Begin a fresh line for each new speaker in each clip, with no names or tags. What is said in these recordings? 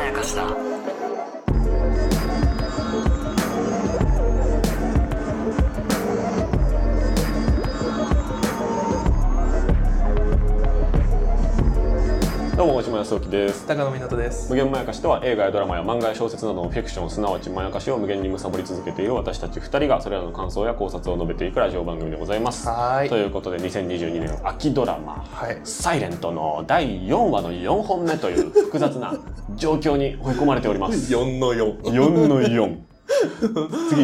やかしだ
どうも大島康之です
高野湊です
無限まやかしとは映画やドラマや漫画や小説などのフィクションすなわちまやかしを無限に貪り続けている私たち2人がそれらの感想や考察を述べていくラジオ番組でございます
はーい
ということで2022年秋ドラマ
はい
「サイレントの第4話の4本目という複雑な状況に追い込まれており ます
4の4
4の4次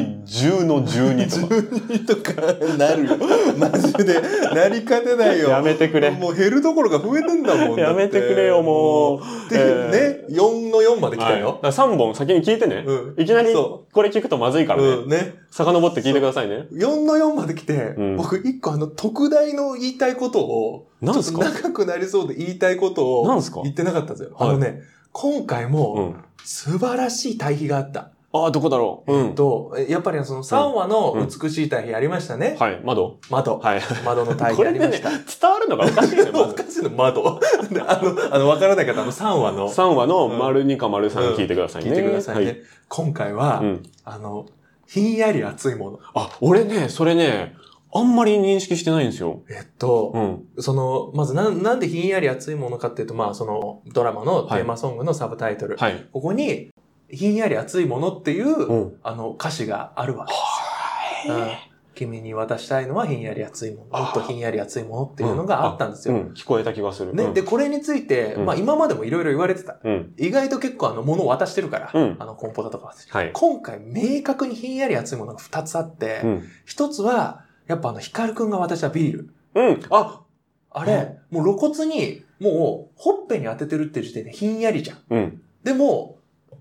10の12とか
12とかなるよマジでなりかねないよ
やめてくれ
もう減るどころが増えてんだもん
やめてくれよもう
で、
え
ね4の4まで来た
はい
よ、
だから3本先に聞いてね、
うん
いきなり
そ
これ聞くとまずいからね、
うんね
遡って聞いてくださいね
4の4まで来て、
うん
僕一個あの特大の言いたいことを
なんすか
ちょっと長くなりそうで言いたいこと
な
を
んすか
言ってなかったんですよ、
はい
あのね今回も、
うん
素晴らしい対比があった。
ああどこだろうう
えっ
ん
と、やっぱりその3話の美しい対比ありましたね。
はい窓
窓。
はい
窓の対
こ
比
れ
あり
で
ま
ね
した。
伝わるのがおかし いねま
お
ず
かしいの、窓。 であの、あの、わからない方、あの、3話の、
3話の丸2か丸3聞いてくださいね、
聞いてくださいね。
は
今回は、
うん、
あの、ひんやり熱いもの。
あ俺ねそれねあんまり認識してないんですよ
えっと
う、ん
その、まずな、なんでひんやり熱いものかっていうと、まあ、その、ドラマのテーマソングのサブタイトル。
はい
ここに、ひんやり熱いものっていう、
うん
あの、歌詞があるわけ
はい
うん君に渡したいのはひんやり熱いもの
あ
とひんやり熱いものっていうのがあったんです
う
よ。
ん、聞こえた気がするう
ね、
ん
で、これについて、
うん
まあ今までもいろいろ言われてた。
うん
意外と結構あの、物を渡してるから、
うん
あの、コンポタとか渡して
はい、
今回明確にひんやり熱いものが2つあって
う、ん、
一1つは、やっぱあの、ヒカルくんが渡したビール。
うん、あ
あれ、もう露骨に、もう、ほっぺに当ててるっていう時点でひんやりじゃん。
うん、
でも、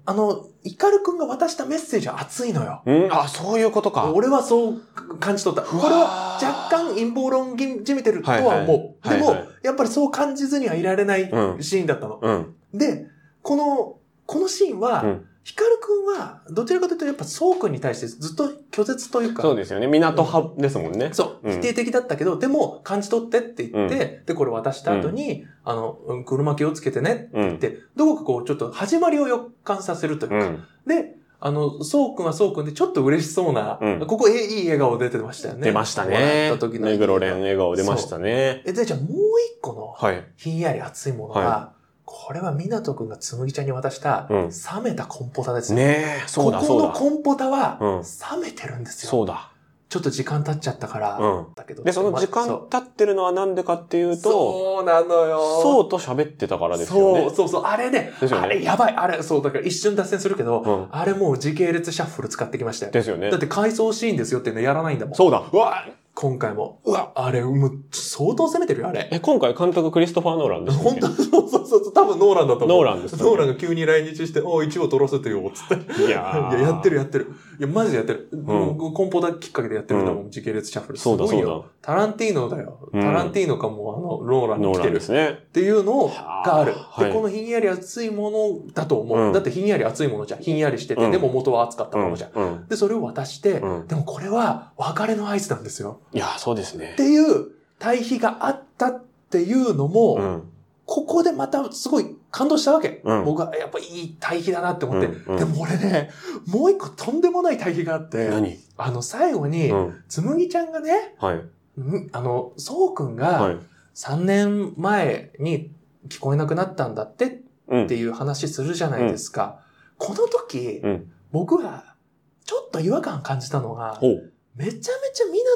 あの、ヒカルくんが渡したメッセージは熱いのよ。
うん、あそういうことか
俺はそう感じ取った。
ふわー
これは若干陰謀論じみてるとは思う。
はいはいはいはい
でも、やっぱりそう感じずにはいられない
うん
シーンだったの。
うん
で、この、このシーンは、
うん
ヒカルくんは、どちらかというと、やっぱ、そうくんに対してずっと拒絶というか、
そうですよね港派ですもんね、
そ
う
う、
ん
否定的だったけど、でも、感じ取ってって言って、で、これ渡した後に、あの、うん車気をつけてね
う
っ
ん
て、どこかこう、ちょっと始まりを予感させるというか、
うん、
で、あの、そうくんはそうくんでちょっと嬉しそうな、
うん
ここえいい笑顔出てましたよね。
出ました
もら
ね
った時の
目黒蓮笑顔出ましたね
え、で、じゃあもう一個の
はい
ひんやり熱いものが、
は
これは湊くんがつむぎちゃんに渡した、
う
冷
ん
めたコンポタですよ
ねえそうだ
ここ
そう
の
だ
コンポタは、
う
冷めてるんですよ。
そうだ
ちょっと時間経っちゃったから、
う
だけど。
んでその時
そ
間
う
経ってるのはなんでかっていうと
そうなのよ。
そうと喋ってたからですよ
そ
ね
うそうそう。あれね、
ですよね
あれやばい。あれ、そう、だから一瞬脱線するけど、
うん
あれもう時系列シャッフル使ってきましたよ。
ですよね
だって回想シーンですよっていうのやらないんだもん。
そうだうわ
今回も。うわ、あれ、もう、相当攻めてるよ、あれ。
え今回監督クリストファー・ノーランです
本当そうそうそうそう、多分ノーランだと思
ノー
う。ノーラ
ランです
ン。が急に来日して、おう一応取らせてよ、つって。
い
い
や
や
ー、
やってるやってる。いや、マジでやってる。
ん
コンポだきっかけでやってるんだもん、時系列シャッフル。
そうだ
すごいよ
そうだ
タランティーノだよ。
うん
タランティーノかも、あの、ノーラン
ノ
に
ー
来
ラ
て
ン
る
で。すね
っていうのがある。
は
で、
い
このひんやり熱いものだと思う。
うん
だってひんやり熱いものじゃん。ひんやりしてて、
うん
でも元は熱かった
う
も
ん
のじゃん。
うん
で、それを渡して、
うん
でもこれは別れの合図なんですよ。
いやーそうです
っ
ね
ていう対比があったっていうのも、
うん
ここでまたすごい感動したわけ。
うん
僕はやっぱいい対比だなって思って。
うんうん
でも俺ね、もう一個とんでもない対比があって、
何
あの最後に、
うん
つむぎちゃんがね、
はい
んあの、そうくん
は
が
い
3年前に聞こえなくなったんだって
うん
っていう話するじゃないですか。この時、
うん
僕はちょっと違和感感じたのが、
ほう
めちゃめちゃ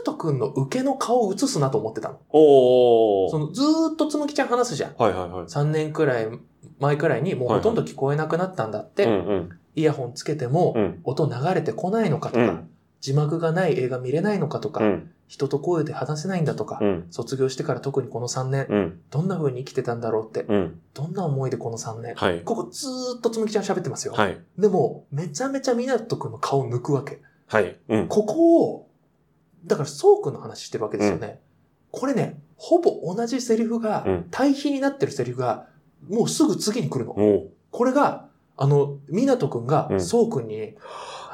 湊くんの受けの顔を映すなと思ってたの。
お
そ
ー
のずーっとつむぎちゃん話すじゃん。
はいはいはい
3年くらい前くらいにもうほとんど聞こえなくなったんだって、
うんうん
イヤホンつけても
うん
音流れてこないのかと
う
か、
ん
字幕がない映画見れないのかとか、
うん
人と声で話せないんだとか、
うん
卒業してから特にこの3年、
うん
どんな風に生きてたんだろうって、
うん
どんな思いでこの3年、
はい
ここずーっとつむぎちゃん喋ってますよ。
はい
でも、めちゃめちゃ湊くんの顔を抜くわけ。
はいうん
ここを、だからそうくんの話してるわけですよね。これね、ほぼ同じセリフが、
うん
対比になってるセリフが、もうすぐ次に来るの。
おう
これが、あの、湊くん
う
が、
ん
そうくんに、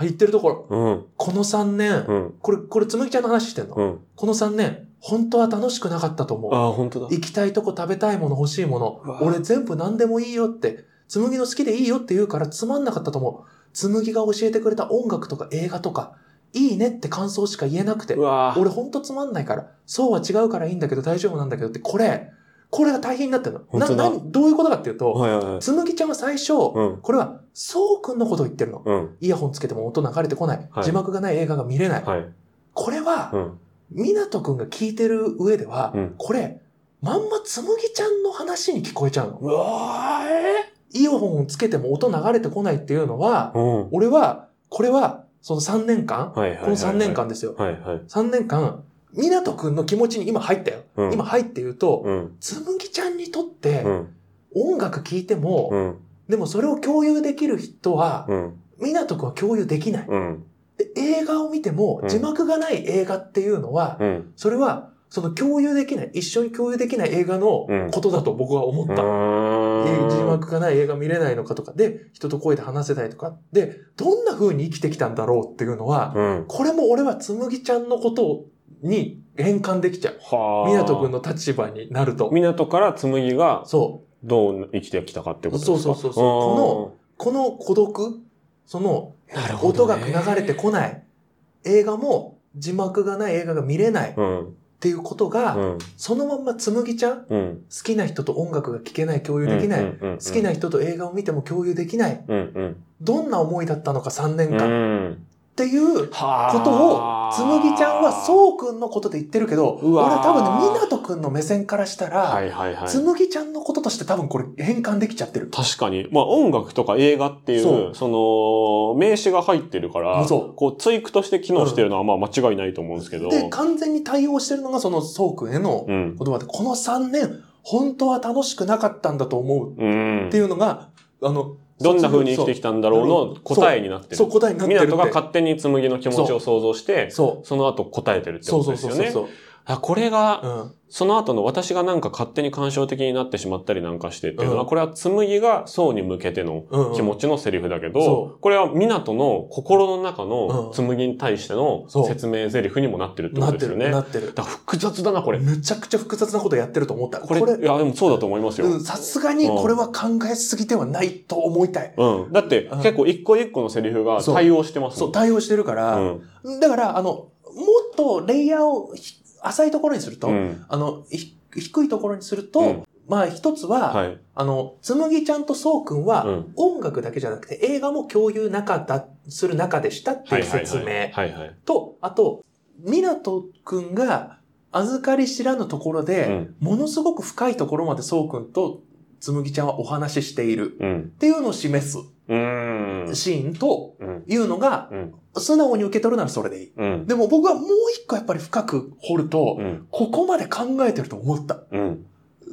言ってるところ、
うん
この3年、
うん
これ、これ、つむぎちゃんの話してんの。
うん
この3年、本当は楽しくなかったと思う。
ああ本当だ
行きたいとこ食べたいもの欲しいも
う
の、
わ
俺全部何でもいいよって紬の好きでいいよって言うからつまんなかったと思う。紬が教えてくれた音楽とか映画とか、いいねって感想しか言えなくて
う、わ
俺ほんとつまんないから、そうは違うからいいんだけど大丈夫なんだけどって、これ、これが大変になってるの。
本
な、
当だ
な、どういうことかっていうと、
はいはいはい。
紬ちゃんは最初、
うん。
これは、そうくんのことを言ってるの。
うん。
イヤホンつけても音流れてこない。
はい
字幕がない映画が見れない。
はい。
これは、
うん。
湊くんが聞いてる上では、
うん
これ、まんまつむぎちゃんの話に聞こえちゃうの。
うわーえ
イヤホンをつけても音流れてこないっていうのは、
うん。
俺は、これは、その3年間、
はいはいはい、はい。
この3年。間ですよ。
はいはい。
3年間、湊くんの気持ちに今入ったよ。
うん。
今入って言うと、
うん。
つむぎちゃんにとって
う、ん。
音楽聴いても、
うん。
でもそれを共有できる人は、
うん。
湊くんは共有できない。
うん。
で映画を見ても
うん
字幕がない映画っていうのは、
うん。
それはその共有できない、一緒に共有できない映画の
うん
ことだと僕は思った。えー字幕がない映画見れないのかとかで、人と声で話せないとかで、どんな風に生きてきたんだろうっていうのは、
うん。
これも俺はつむぎちゃんのことに変換できちゃう。
はあ。
湊くん。の立場になると。
港から紬が
そう。
どう生きてきたかってことですか
そうそうそうそうこの孤独、その
あーなるほ
音
ど、
が
ね。
流れてこない、映画も字幕がない映画が見れないっ
うん。
ていうことが、
うん。
そのまんまつむぎちゃん、好
うん。
きな人と音楽が聴けない、共有できない、
うんうんうん、
好きな人と映画を見ても共有できない、
うんうん。
どんな思いだったのか3年
う
間っ
ん。
ていうことを、つむぎちゃんは
う。
そうくんのことで言ってるけど、
う
俺
わー
は多分ね、みなとくんの目線からした
は
ら、
いはいはい。
つむぎちゃんのこととして多分これ変換できちゃってる。
確かに。まあ音楽とか映画っていう、
そ
その、名詞が入ってるから、
そう
こう、追句として機能してるのはまあ間違いないと思うんですけど。
で、完全に対応してるのがそのそうくんへの
うん。
言葉で、この3年、本当は楽しくなかったんだと思う
うん
ってい。うのが、あの、
どんな風に生きて
き
きたんだろうの答えになってる。
そう、答えになってるって。
港が勝手に紬の気持ちを想像して、そ
そう。
の後答えてるって
そ
こ
う
と
そ
です
うそう
よ
そう
ね
そ。う。
あこれが、
うん。
その後の私がなんか勝手に感傷的になってしまったりなんかしてっていうのは、
うん
これは紬が層に向けての
うんうん
気持ちのセリフだけ
そ
ど、これは港の心の中
う
の
ん
紬に対しての
そう
説明セリフにもなってるってこ
な
と
っ
で
て
すよ
る、
ね。
な
だか
ってる。
ら複雑だな、これ。
めちゃくちゃ複雑なことやってると思った。
これ、いや、でもそうだと思いますよ。
うんさすがにこれは考えすぎてはないと思いたい。
うん。だって、
うん
結構一個一個のセリフが
そう
対応してますも
そう、
ん。
対応してるから、
うん
だから、あの、もっとレイヤーをひ浅いところにすると、
うん。
あの、ひ低いところにすると、
うん
まあ一つは、
はい。
あの、つむぎちゃんとそうくんは、
うん
音楽だけじゃなくて映画も共有なかった、する中でしたって
はいいうはいはい
説明
はいはい。
と、あと、みなとくんが預かり知らぬところ
う
で、
ん。
ものすごく深いところまでそうくんとつむぎちゃんはお話ししている
うん。
っていうのを示す
うん。
シーンと
うん。
いうのが、
うん。
素直に受け取るならそれでいい。
うん。
でも僕はもう一個やっぱり深く掘ると、
うん。
ここまで考えてると思った。
うん。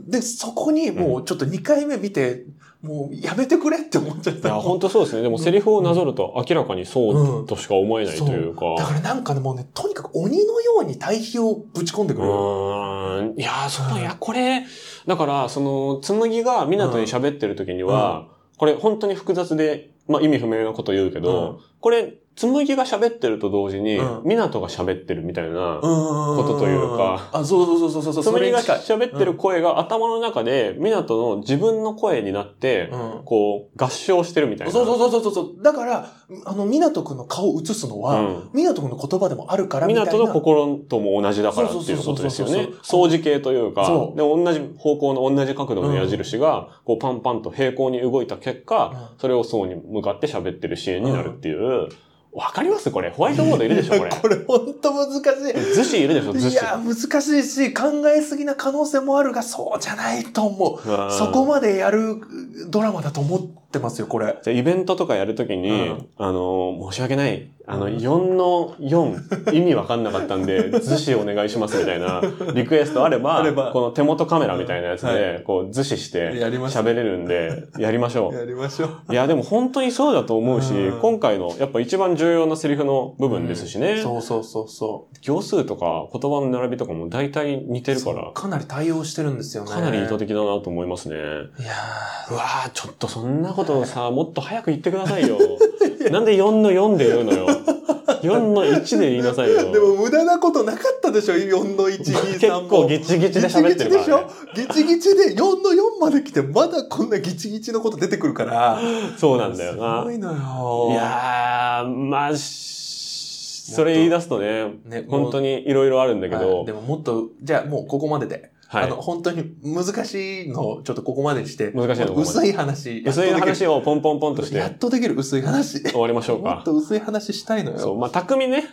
で、そこにもうちょっと2回目見て、もうやめてくれって思っちゃっ
いや、
た。
本当そうですね。でもセリフをなぞると明らかにそう
うん。
としか思えないというか。
だからなんかね、もうね、とにかく鬼のように対比をぶち込んで
う
くる。
ーん。いやー、そうう、
ん
いや、これ、だから、その、紬が港に喋ってる時には、これ本当に複雑で、まあ意味不明なこと言うけど、これ、紬が喋ってると同時に、
うん
港が喋ってるみたいな、
こ
ことというか
あ、そうそうそうそうそう、それ
紬
に
が
近い。
喋ってる声が頭の中で、港の自分の声になって
う、ん。
こう、合唱してるみたいな。
そうそうそうそうそう。だから、あの、港くんの顔を映すのは、
うん
港くんの言葉でもあるからみたいな。
港の心とも同じだからっていうことですよ
そうそう
ね
そうそう。そう
相似形というか、で
そう
同じ方向の同じ角度の矢印が、こうパンパンと平行に動いた結果
う、
それを層に向かって喋ってる支援になるっていう。わかりますこれ。ホワイトボードいるでしょこれ。
これ本当難し
図紙いるでしょ
い。
図
い
紙。
や、難しいし、考えすぎな可能性もあるが、そうじゃないと思う。
うん
そこまでやるドラマだと思ってますよ、これ。
じゃあイベントとかやるときに、
うん
あの、申し訳ない。あの、
うん
4の4、意味わかんなかったん で、図紙お願いしますみたいなリクエストあれば、
あれば
この手元カメラみたいなやつで、
は
こう図紙して、
やりましょう。
喋れるんで、やりましょ う。
やりましょう。
いや、でも本当にそうだと思うし
うん、
今回のやっぱ一番重要なセリフの部分ですしね、
そうそうそうそう。
行数とか言葉の並びとかも大体似てるか
そう
ら、
かなり対応してるんですよね。
かなり意図的だなと思いますね。
いや
うわぁ、ちょっとそんなことをさ、もっと早く言ってくださいよ。なんで4の4で言うのよ。 4の1で言いなさいよ。
でも無駄なことなかったでしょ ?4 の1、2、
結
3
構
も。
ギチギチで喋ってるから、ね。
ギチギチでしょギチギチで4の4まで来て、まだこんなギチギチのこと出てくるから。
そうなんだよ
す
な
ご。いのよ。
いやー、まあ、しそれ言い出すとね、
ね、
本当
に。
にいろいろあるんだけ
はい
ど
で、ももっと、じゃあもうここまでで。
は
あ
い。
の、本当に難しいのをちょっとここまでにして。
難しいのここまで
薄い話。
薄い話をポンポンポンとし
やってとできる薄い話。
終わりましょう
もっ
か。
と薄い話したいの
そう、
よ。
まあ、匠ね。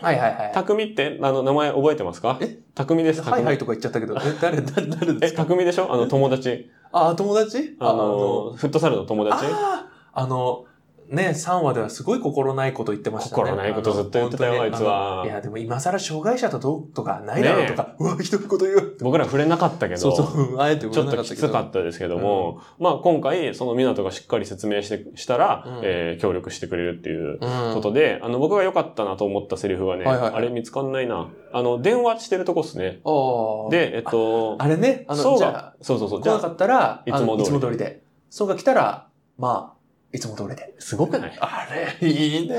はいはいはい。
匠って、あの、名前覚えてますか
え
匠です、
はいは
匠。
いとか言っちゃったけど、え誰、誰誰で
え、
すか
匠でしょあの、友達。
あ、友達
あの、フットサルの友達。
あーあの、ね、3話ではすごい心ないこと言ってましたね。
心ないことずっと言ってたよ
あの
あいつは
あのいや、でも今更障害者とどうとかないだろうとか、うわ、ひどいこと言う。
僕ら触れなかったけど。
そうそう、うんあえて
ち
言
ょ
わ
っと
なかっ
き
たけ
つ
ど。
かったですけども、まあ今回、その港がしっかり説明して、したら、
うん
えー協力してくれるっていう
うん
ことで、あの、僕が良かったなと思ったセリフがね、
はいはいはい
あれ見つかんないな。あの、電話してるとこっすね。
ああ。、
で、えっと、
あれね、あ
そ
の、
う
じゃ
が、そうそうそ
あ、
う、
来
じゃ
なか
あ、
ったら、
いつも通り
あのいつも通りで。そうが来たら、まあ、いつも通りで。
すごくない
あれ、いいね。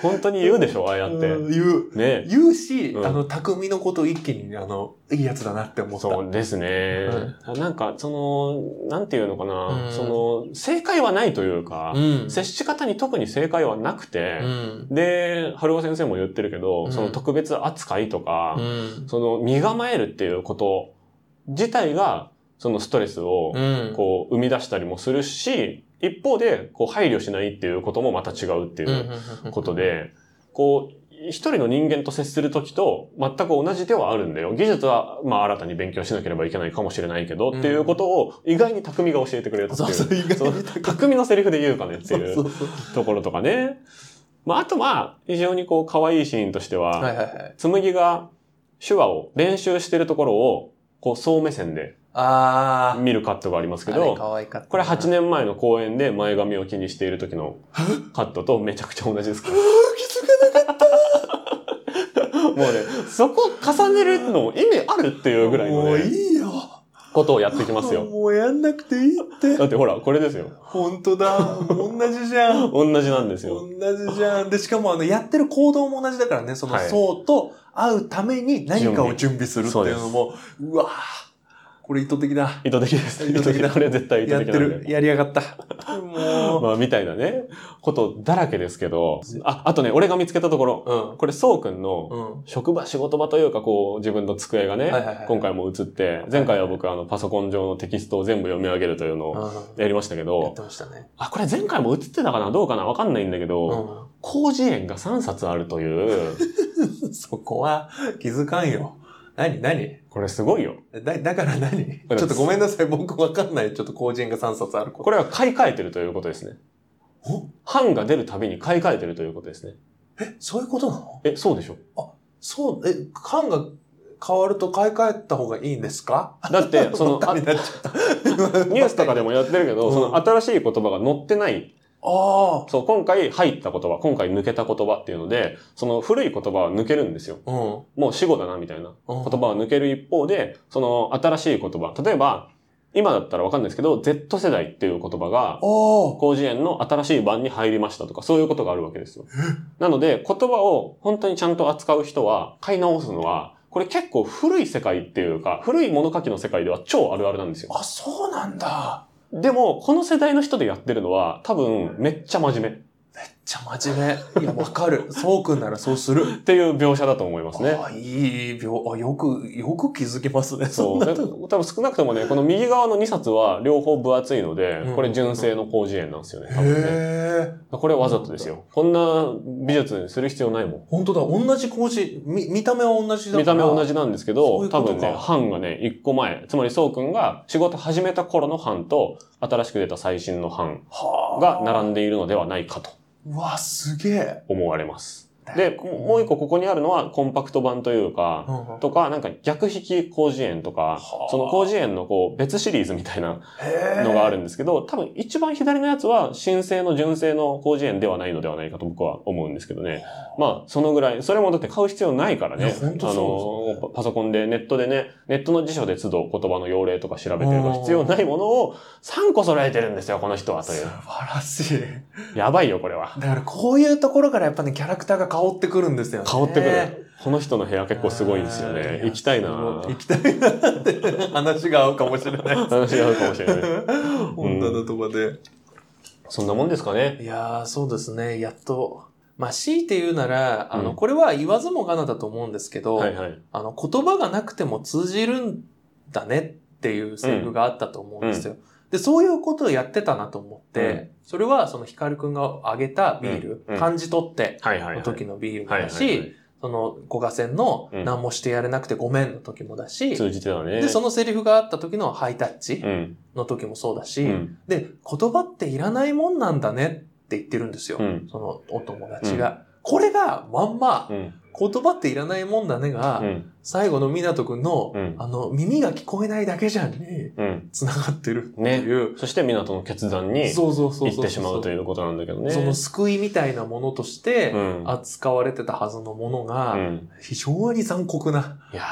本当に言うでしょ、ああやって。
うん言う。
ね
言うし、
うん
あの、匠のこと一気に、あの、いいやつだなって思った。
そうですね。なんか、その、なんていうのかな、
うん
その、正解はないというか、
うん。
接し方に特に正解はなくて、
うん。
で、春尾先生も言ってるけど、
うん
その特別扱いとか、
うん。
その身構えるっていうこと自体が、そのストレスを、
うん
こう、生み出したりもするし、一方で、こう、配慮しないっていうこともまた違うっていうことで、こう、一人の人間と接するときと全く同じではあるんだよ。技術は、まあ、新たに勉強しなければいけないかもしれないけど、
うん
っていうことを、意外に匠が教えてくれるってい
そう
う。
そう、意外に
そう匠のセリフで言うかねって
そう
いう
そうそう。
ところとかね。まあ、あとまあ、非常にこう、可愛いシーンとしては、
はいはいはい。
紬が手話を練習してるところを、こう、総目線で
あー。
見るカットがありますけ
あれ
ど、
可愛かったな。
これ8年前の公演で前髪を気にしている時のカットとめちゃくちゃ同じですから。もうね、そこ重ねるの意味あるっていうぐらい
も
の
う
ね、
いいよ。
ことをやってきますよ。
もうやんなくていいって。
だってほら、これですよ。
本当だ。もう同じじゃん。
同じなんですよ。
同じじゃん。で、しかもあの、やってる行動も同じだからね、その
はい
層と会うために何かを準備するっていうのも、うわぁ、これ意図的だ。
意図的です。
意図的だ
これ絶対意図
やっ
的
て
なん
る。
で。
やりやがった。もう。
まあ、みたいなね、ことだらけですけど、あ、あとね、俺が見つけたところ、
うん。
これ、そうくんの
うん。
職場、仕事場というか、こう、自分の机がね、
はいはいはい
今回も映って、前回は僕、あの、パソコン上のテキストを全部読み上げるというのを
や
やりましたけ
やっ
ど、
てましたね。
あ、これ前回も映ってたかなどうかなわかんないんだけど、
う
広辞苑が3冊あるという、
ん。 そこは気づかんよ。何何
これすごいよ。
だ、だから何ちょっとごめんなさい。僕わかんない。ちょっと工人が3冊あるこ。
ことれは買い替えてるということですね。
お
版が出るたびに買い替えてるということですね。
え、そういうことなの
え、そうでしょ
そう、え、缶が変わると買い替えた方がいいんですか
だって、その、あ
になっちゃった。 ニ
ニュースとか
で。
でもやってるけど、
うん
その新しい言葉が載ってない。
あ
そう、今回入った言葉、今回抜けた言葉っていうので、その古い言葉は抜けるんですよ。
あ。うん。
もう死後だな、みたいな。
言
言葉は抜ける一方で、その新しい言葉。例えば、今だったらわかんないですけど、Z 世代っていう言葉が、
おー
広辞苑の新しい版に入りましたとか、そういうことがあるわけですよ。なので、言葉を本当にちゃんと扱う人は、買い直すのは、これ結構古い世界っていうか、古い物書きの世界では超あるあるなんですよ。
あ、そうなんだ。
でも、この世代の人でやってるのは、多分、めっちゃ真面目
めっちゃ真面目。いや、わか る。そうくんならそうする。
っていう描写だと思いますね。
あいい病。あ、よく、よく気づきますね。そ
そう。
んな
で
とこ。
多分少なくともね、この右側の2冊は両方分厚いので
うん、
これ純正の広辞苑なんですよね、多分ね。
へえ。
これわざとですよ。こんな美術にする必要ないもん。
本当だ。同じ工事。み、見た目は同じだ
見た目は同
じ。
じなんですけ
そうい
ど、
うこ
多
とか
分ね、版がね、1個前、つまりそうくんが仕事始めた頃の版と、新しく出た最新の版
は
が並
ん
んでいるのではないかと
うわ、すげえ。
思われます。で、こもう一個ここにあるのはコンパクト版というか、
うんうん、
とか、なんか逆引き広辞苑とか
はあ、
その広辞苑のこう別シリーズみたいな
へえ
のがあるんですけど、多分一番左のやつは新生の純正の広辞苑ではないのではないかと僕は思うんですけどね。まあ、そのぐらい、それもだって買う必要ないから
い
ね
や。本当
あ
そうですね
の、パパソコンでネットでね、ネットの辞書で都度言葉の用例とか調べてると必要ないものを3個揃えてるんですよ、この人はとい
素
う。
晴らしい。
やばいよ、これは。
だからこういうところからやっぱね、キャラクターが香ってくるんですよね。
香ってくる。この人の部屋結構すごいんですよね。行きたいな
行きたいなって話が合うかもしれない。
話が合うかもしれない。
本棚とかで。
そんなもんですかね。
いやー、そうですね。やっと。まあ、強いて言うなら、あの、これは言わずもがなだと思うんですけど、
はいはい。
あの、言葉がなくても通じるんだねっていうセリフがあったと思うんですよ。で、そういうことをやってたなと思って、
うん
それはそのヒカルくんがあげたビール、
うんうん
感じ取って
はいはい、はい。
の時のビールも
はいはい
だ
はい
し、その小賀線の
うん
何もしてやれなくてごめんの時もだし、
通じてたね。
で、そのセリフがあった時のハイタッチ
うん。
の時もそうだし、
うん。
で、言葉っていらないもんなんだねって言ってるんですよ。
うん。
そのお友達が。これがまんま
う、ん。
言葉っていらないもんだねが、
うん。
最後の湊くんの、
うん
あの、耳が聞こえないだけじゃんに、
うん。
繋がってるって
ね
いう。
そして、港の決断に行
そうそうそうそう。
ってしまうということなんだけどね。
その救いみたいなものとして
う、ん。
扱われてたはずのものが、
うん。
非常に残酷ない
や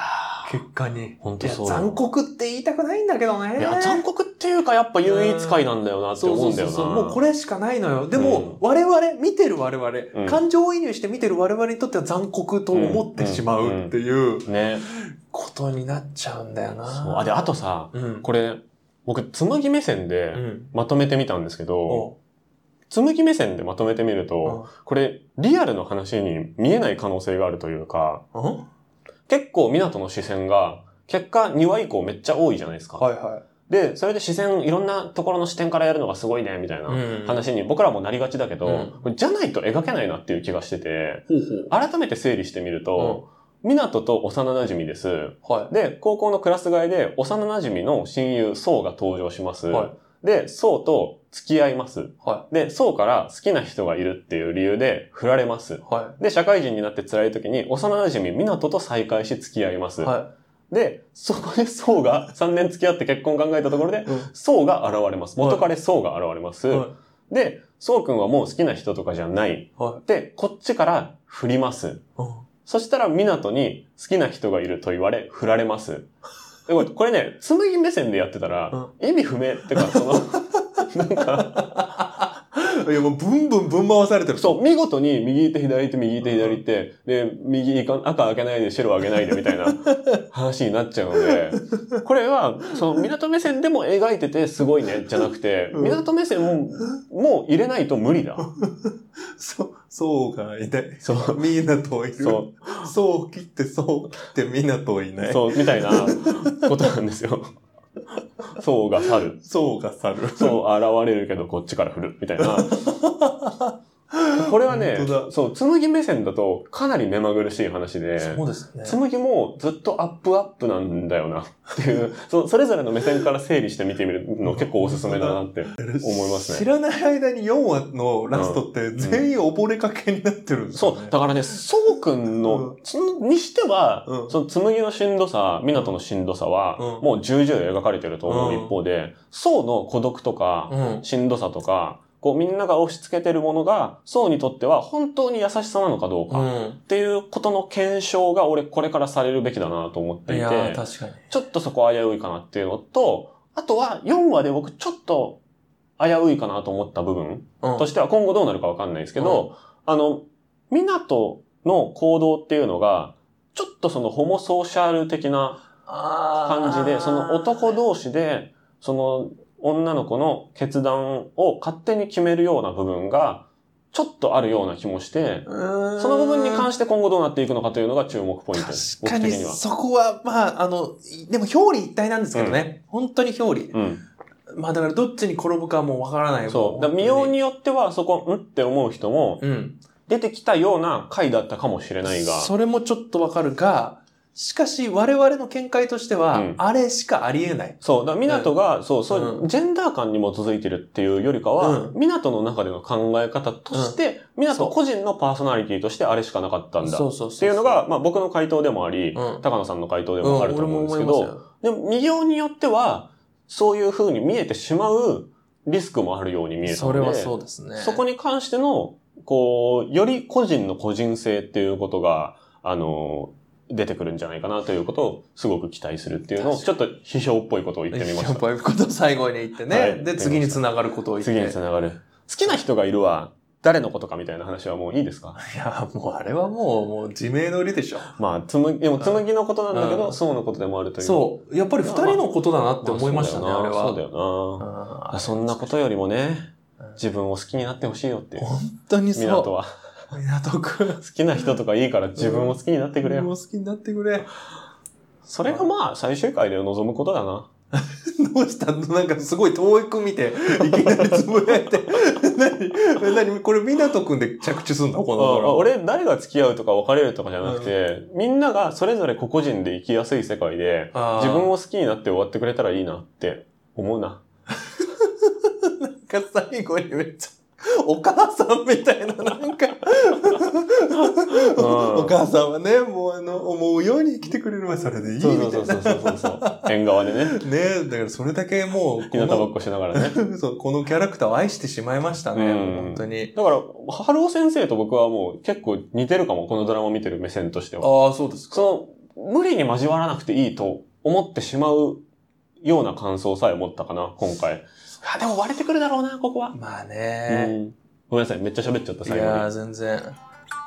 結果に。
本
い
当
や
そうだ。
残酷って言いたくないんだけどね。
いや、残酷っていうか、やっぱ唯一解なんだよなって
そう
思
そう
うんだ
そう
よな。
そう。もうこれしかないのよ。でも、
う
我々、見てる我々、
うん
感情移入して見てる我々にとっては残酷と思ってしまうっていう
ね。
ことになっちゃうんだよな。
そう。あ、で、あとさ、
うん。
これ、僕、紡ぎ目線
う
で
ん。
まとめてみたんですけど、
おう
紡ぎ目線でまとめてみると、これ、リアルの話に見えない可能性があるというか、
うんは
結構港の視線が、結果2話以降めっちゃ多いじゃないですか。
いは。
で、それで視線、いろんなところの視点からやるのがすごいね、みたいない話に僕らもなりがちだけど、
うん
これじゃないと描けないなっていう気がしてて、
ほう
改めて整理してみると、港と幼馴染です。
ほう。は
で、高校のクラス替えで幼馴染の親友、ソウが登場します。
は
で、ソウと付き合います。
い。は
で、ソウから好きな人がいるっていう理由で振られます
い。。は
で、社会人になって辛い時に幼馴染港と再会し付き合います。
い。は
で、そこでソウが3年付き合って結婚考えたところで
い。、うん
ソウが現れます。
はい
元彼ソウが現れます。
はい
で、ソウくんはもう好きな人とかじゃない。
は
で、こっちから振ります。
い。うん
そしたら、港に好きな人がいると言われ、振られます。でこれこれね、紡ぎ目線でやってたら、意味不明ってか、そ の、なんか、
いや、もう、ぶんぶんぶん回されてる。
そう、見事に右手左手右手左手、で、右行かん赤開けないで白開けないでみた いな話になっちゃうので、これは、その、港目線でも描いててすごいね、じゃなくて、
うん
港目線も、もう入れないと無理だ。
そう、そうがいない。。
そう
みんなといる。
そ
そう切って、そう切って、みんなというな、い。そう。
そう、みたいなことなんですよ。そうが去る。
が去る。
そう、現れるけどこっちから振る、みたいな。これはね
本当、だ
そう、紬目線だとかなり目まぐるしい話で、
そうですね。
紬もずっとアップアップなんだよなって いう、そうそれぞれの目線から整理して見てみるの結構おすすめだなって思いますね
知らない間に4話のラストって全員溺れかけになってるんです
そ
よ、
う
ね。、
だからね、そうくんの、つにしては、
うん
その紬のしんどさ、湊のしんどさは、
うん
もう重々描かれてると思う
うん
一方で、そうの孤独とか、
うん。
しんどさとか、こうみんなが押し付けてるものが、層にとっては本当に優しさなのかどうか、っ
う
ていうことの検証が俺これからされるべきだなと思って
ん。い
い
やー、
て、
確かに。
ちょっとそこ危ういかなっていうのと、あとは4話で僕ちょっと危ういかなと思った部分
うん
としては今後どうなるかわかんないですけど、あの、港の行動っていうのが、ちょっとそのホモソーシャル的な感
感
じで、その男同士で、その女の子の決断を勝手に決めるような部分が、ちょっとあるような気もして、そ
そ
の部分に関して今後どうなっていくのかというのが注目ポイントです。
確かに
僕的には。
そこは、まあ、あの、いでも表裏一体なんですけどね。本当に表裏。
うん。
まあだからどっちに転ぶかもわからない。
そう。だから見
見
よう。によっては、そこ、うんって思う人も、
うん。
出てきたような回だったかもしれないが。
それもちょっとわかるが、しかし我々の見解としては、
うん
あれしかありえない。
そう。だから港が、そう、そうう、ジェンダー感に基づいてるっていうよりかは、
う
港の中での考え方として、港個人のパーソナリティとしてあれしかなかったんだ
そうそうそう
っていうのが、、まあ僕の回答でもあり、
うん
高野さんの回答
う
で
ん、
もあると思うんですけど、
俺も思いますよ
でも、見ようによっては、そういう風に見えてしまうリスクもあるように見えた
そ
ので、
れはそうですね。
そこに関しての、こう、より個人の個人性っていうことが、あの、出てくるんじゃないかなということをすごく期待するっていうのを、
確
ちょっと批評っぽいことを言ってみま
や
し。
ったぱりことを最後に言ってね。
はい
で、次に繋がることを言って。
次につながる。好きな人がいるは、誰のことかみたいな話はもういいですか
いや、もうあれはもう、もう自明の理でしょ。
まあ、つむぎ、でもつむぎのことなんだけ
う
ど、
ん
そうのことでもあるという。
そう。やっぱり二人のことだな
う
って思いましたね、あ
そ
れ
うだ
は。。
よな。あそんなこととよりもね
うん、
自分を好きになってほしいよっていう。
本当にそう。
港は。
港区。
好きな人とかいいから自分を好きになってくれよ。
もう好きになってくれ。
それがまあ、最終回で望むことだな。
どうしたのなんかすごい遠く見て、いきなりつぶやいて。 何何これ、港くんで着地すんのこのドラ
あ
マ。
俺、誰が付き合うとか別れるとかじゃなくて、みんながそれぞれ個々人で生きやすい世界で、
あー、
自分を好きになって終わってくれたらいいなって思うな。
が最後にめっちゃ、お母さんみたいな、なんか、お母さんはね、もうあの、思うように生きてくれればそれでいいみた
そ
いうな。
そうそうそうそう そう。縁側でね、
ねだからそれだけもう、
ひ
こ
なたば
の
っこしながら ね。
そうこのキャラクターを愛してしまいましたね、
うん
もう本当に。
だから、春尾先生と僕はもう結構似てるかも、このドラマ見てる目線としては。
ああ、そうですか。
その、無理に交わらなくていいと思ってしまうような感想さえ持ったかな、今回。あ、でも割れてくるだろうな、ここは。
まあ
う
ね、
んごめんなさい、めっちゃ喋っちゃった、
い
最後
やー
に。
全然。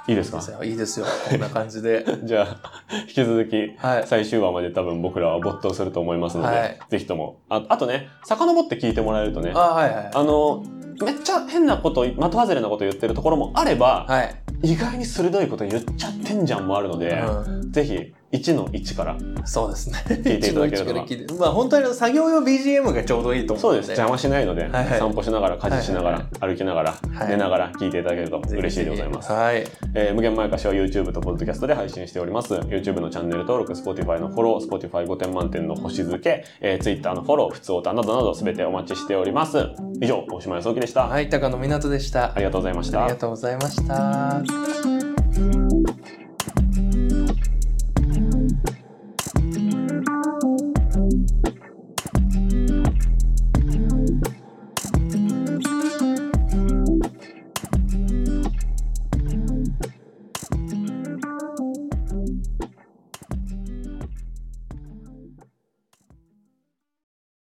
いいですか
いいですよ。こんな感じ で。
じゃあ、引き続き、
はい。
最終話まで多分僕らは没頭すると思いますので、
はい
ぜひとも。ああとね、遡って聞いてもらえるとね、
あ
あ
はいはい。
の、めっちゃ変なこと、的外れなこと言ってるところもあれば、
はい。
意外に鋭いこと言っちゃってんじゃんもあるので、
う
ぜひ、1の1から
ん、そうですね。
聞いていただければ
一の一から聞いてまあ本当にあの作業用 BGM がちょうどいいと思
そううんです。邪魔しないので、
はいはい
散歩しながら、家事しながら、
はい
歩きながら、
はい
寝ながら聞いていただけると嬉しいでございます。
はい。
えー無限前歌詞は YouTube と Podcast で配信しております。YouTube のチャンネル登録、Spotify のフォロー、Spotify5 点満点の星付け、えー Twitter のフォロー、普通オタなどなどすべてお待ちしております。以上、大島康之でした。
はい、高野湊でした。
ありがとうございました
ありが。とうございました。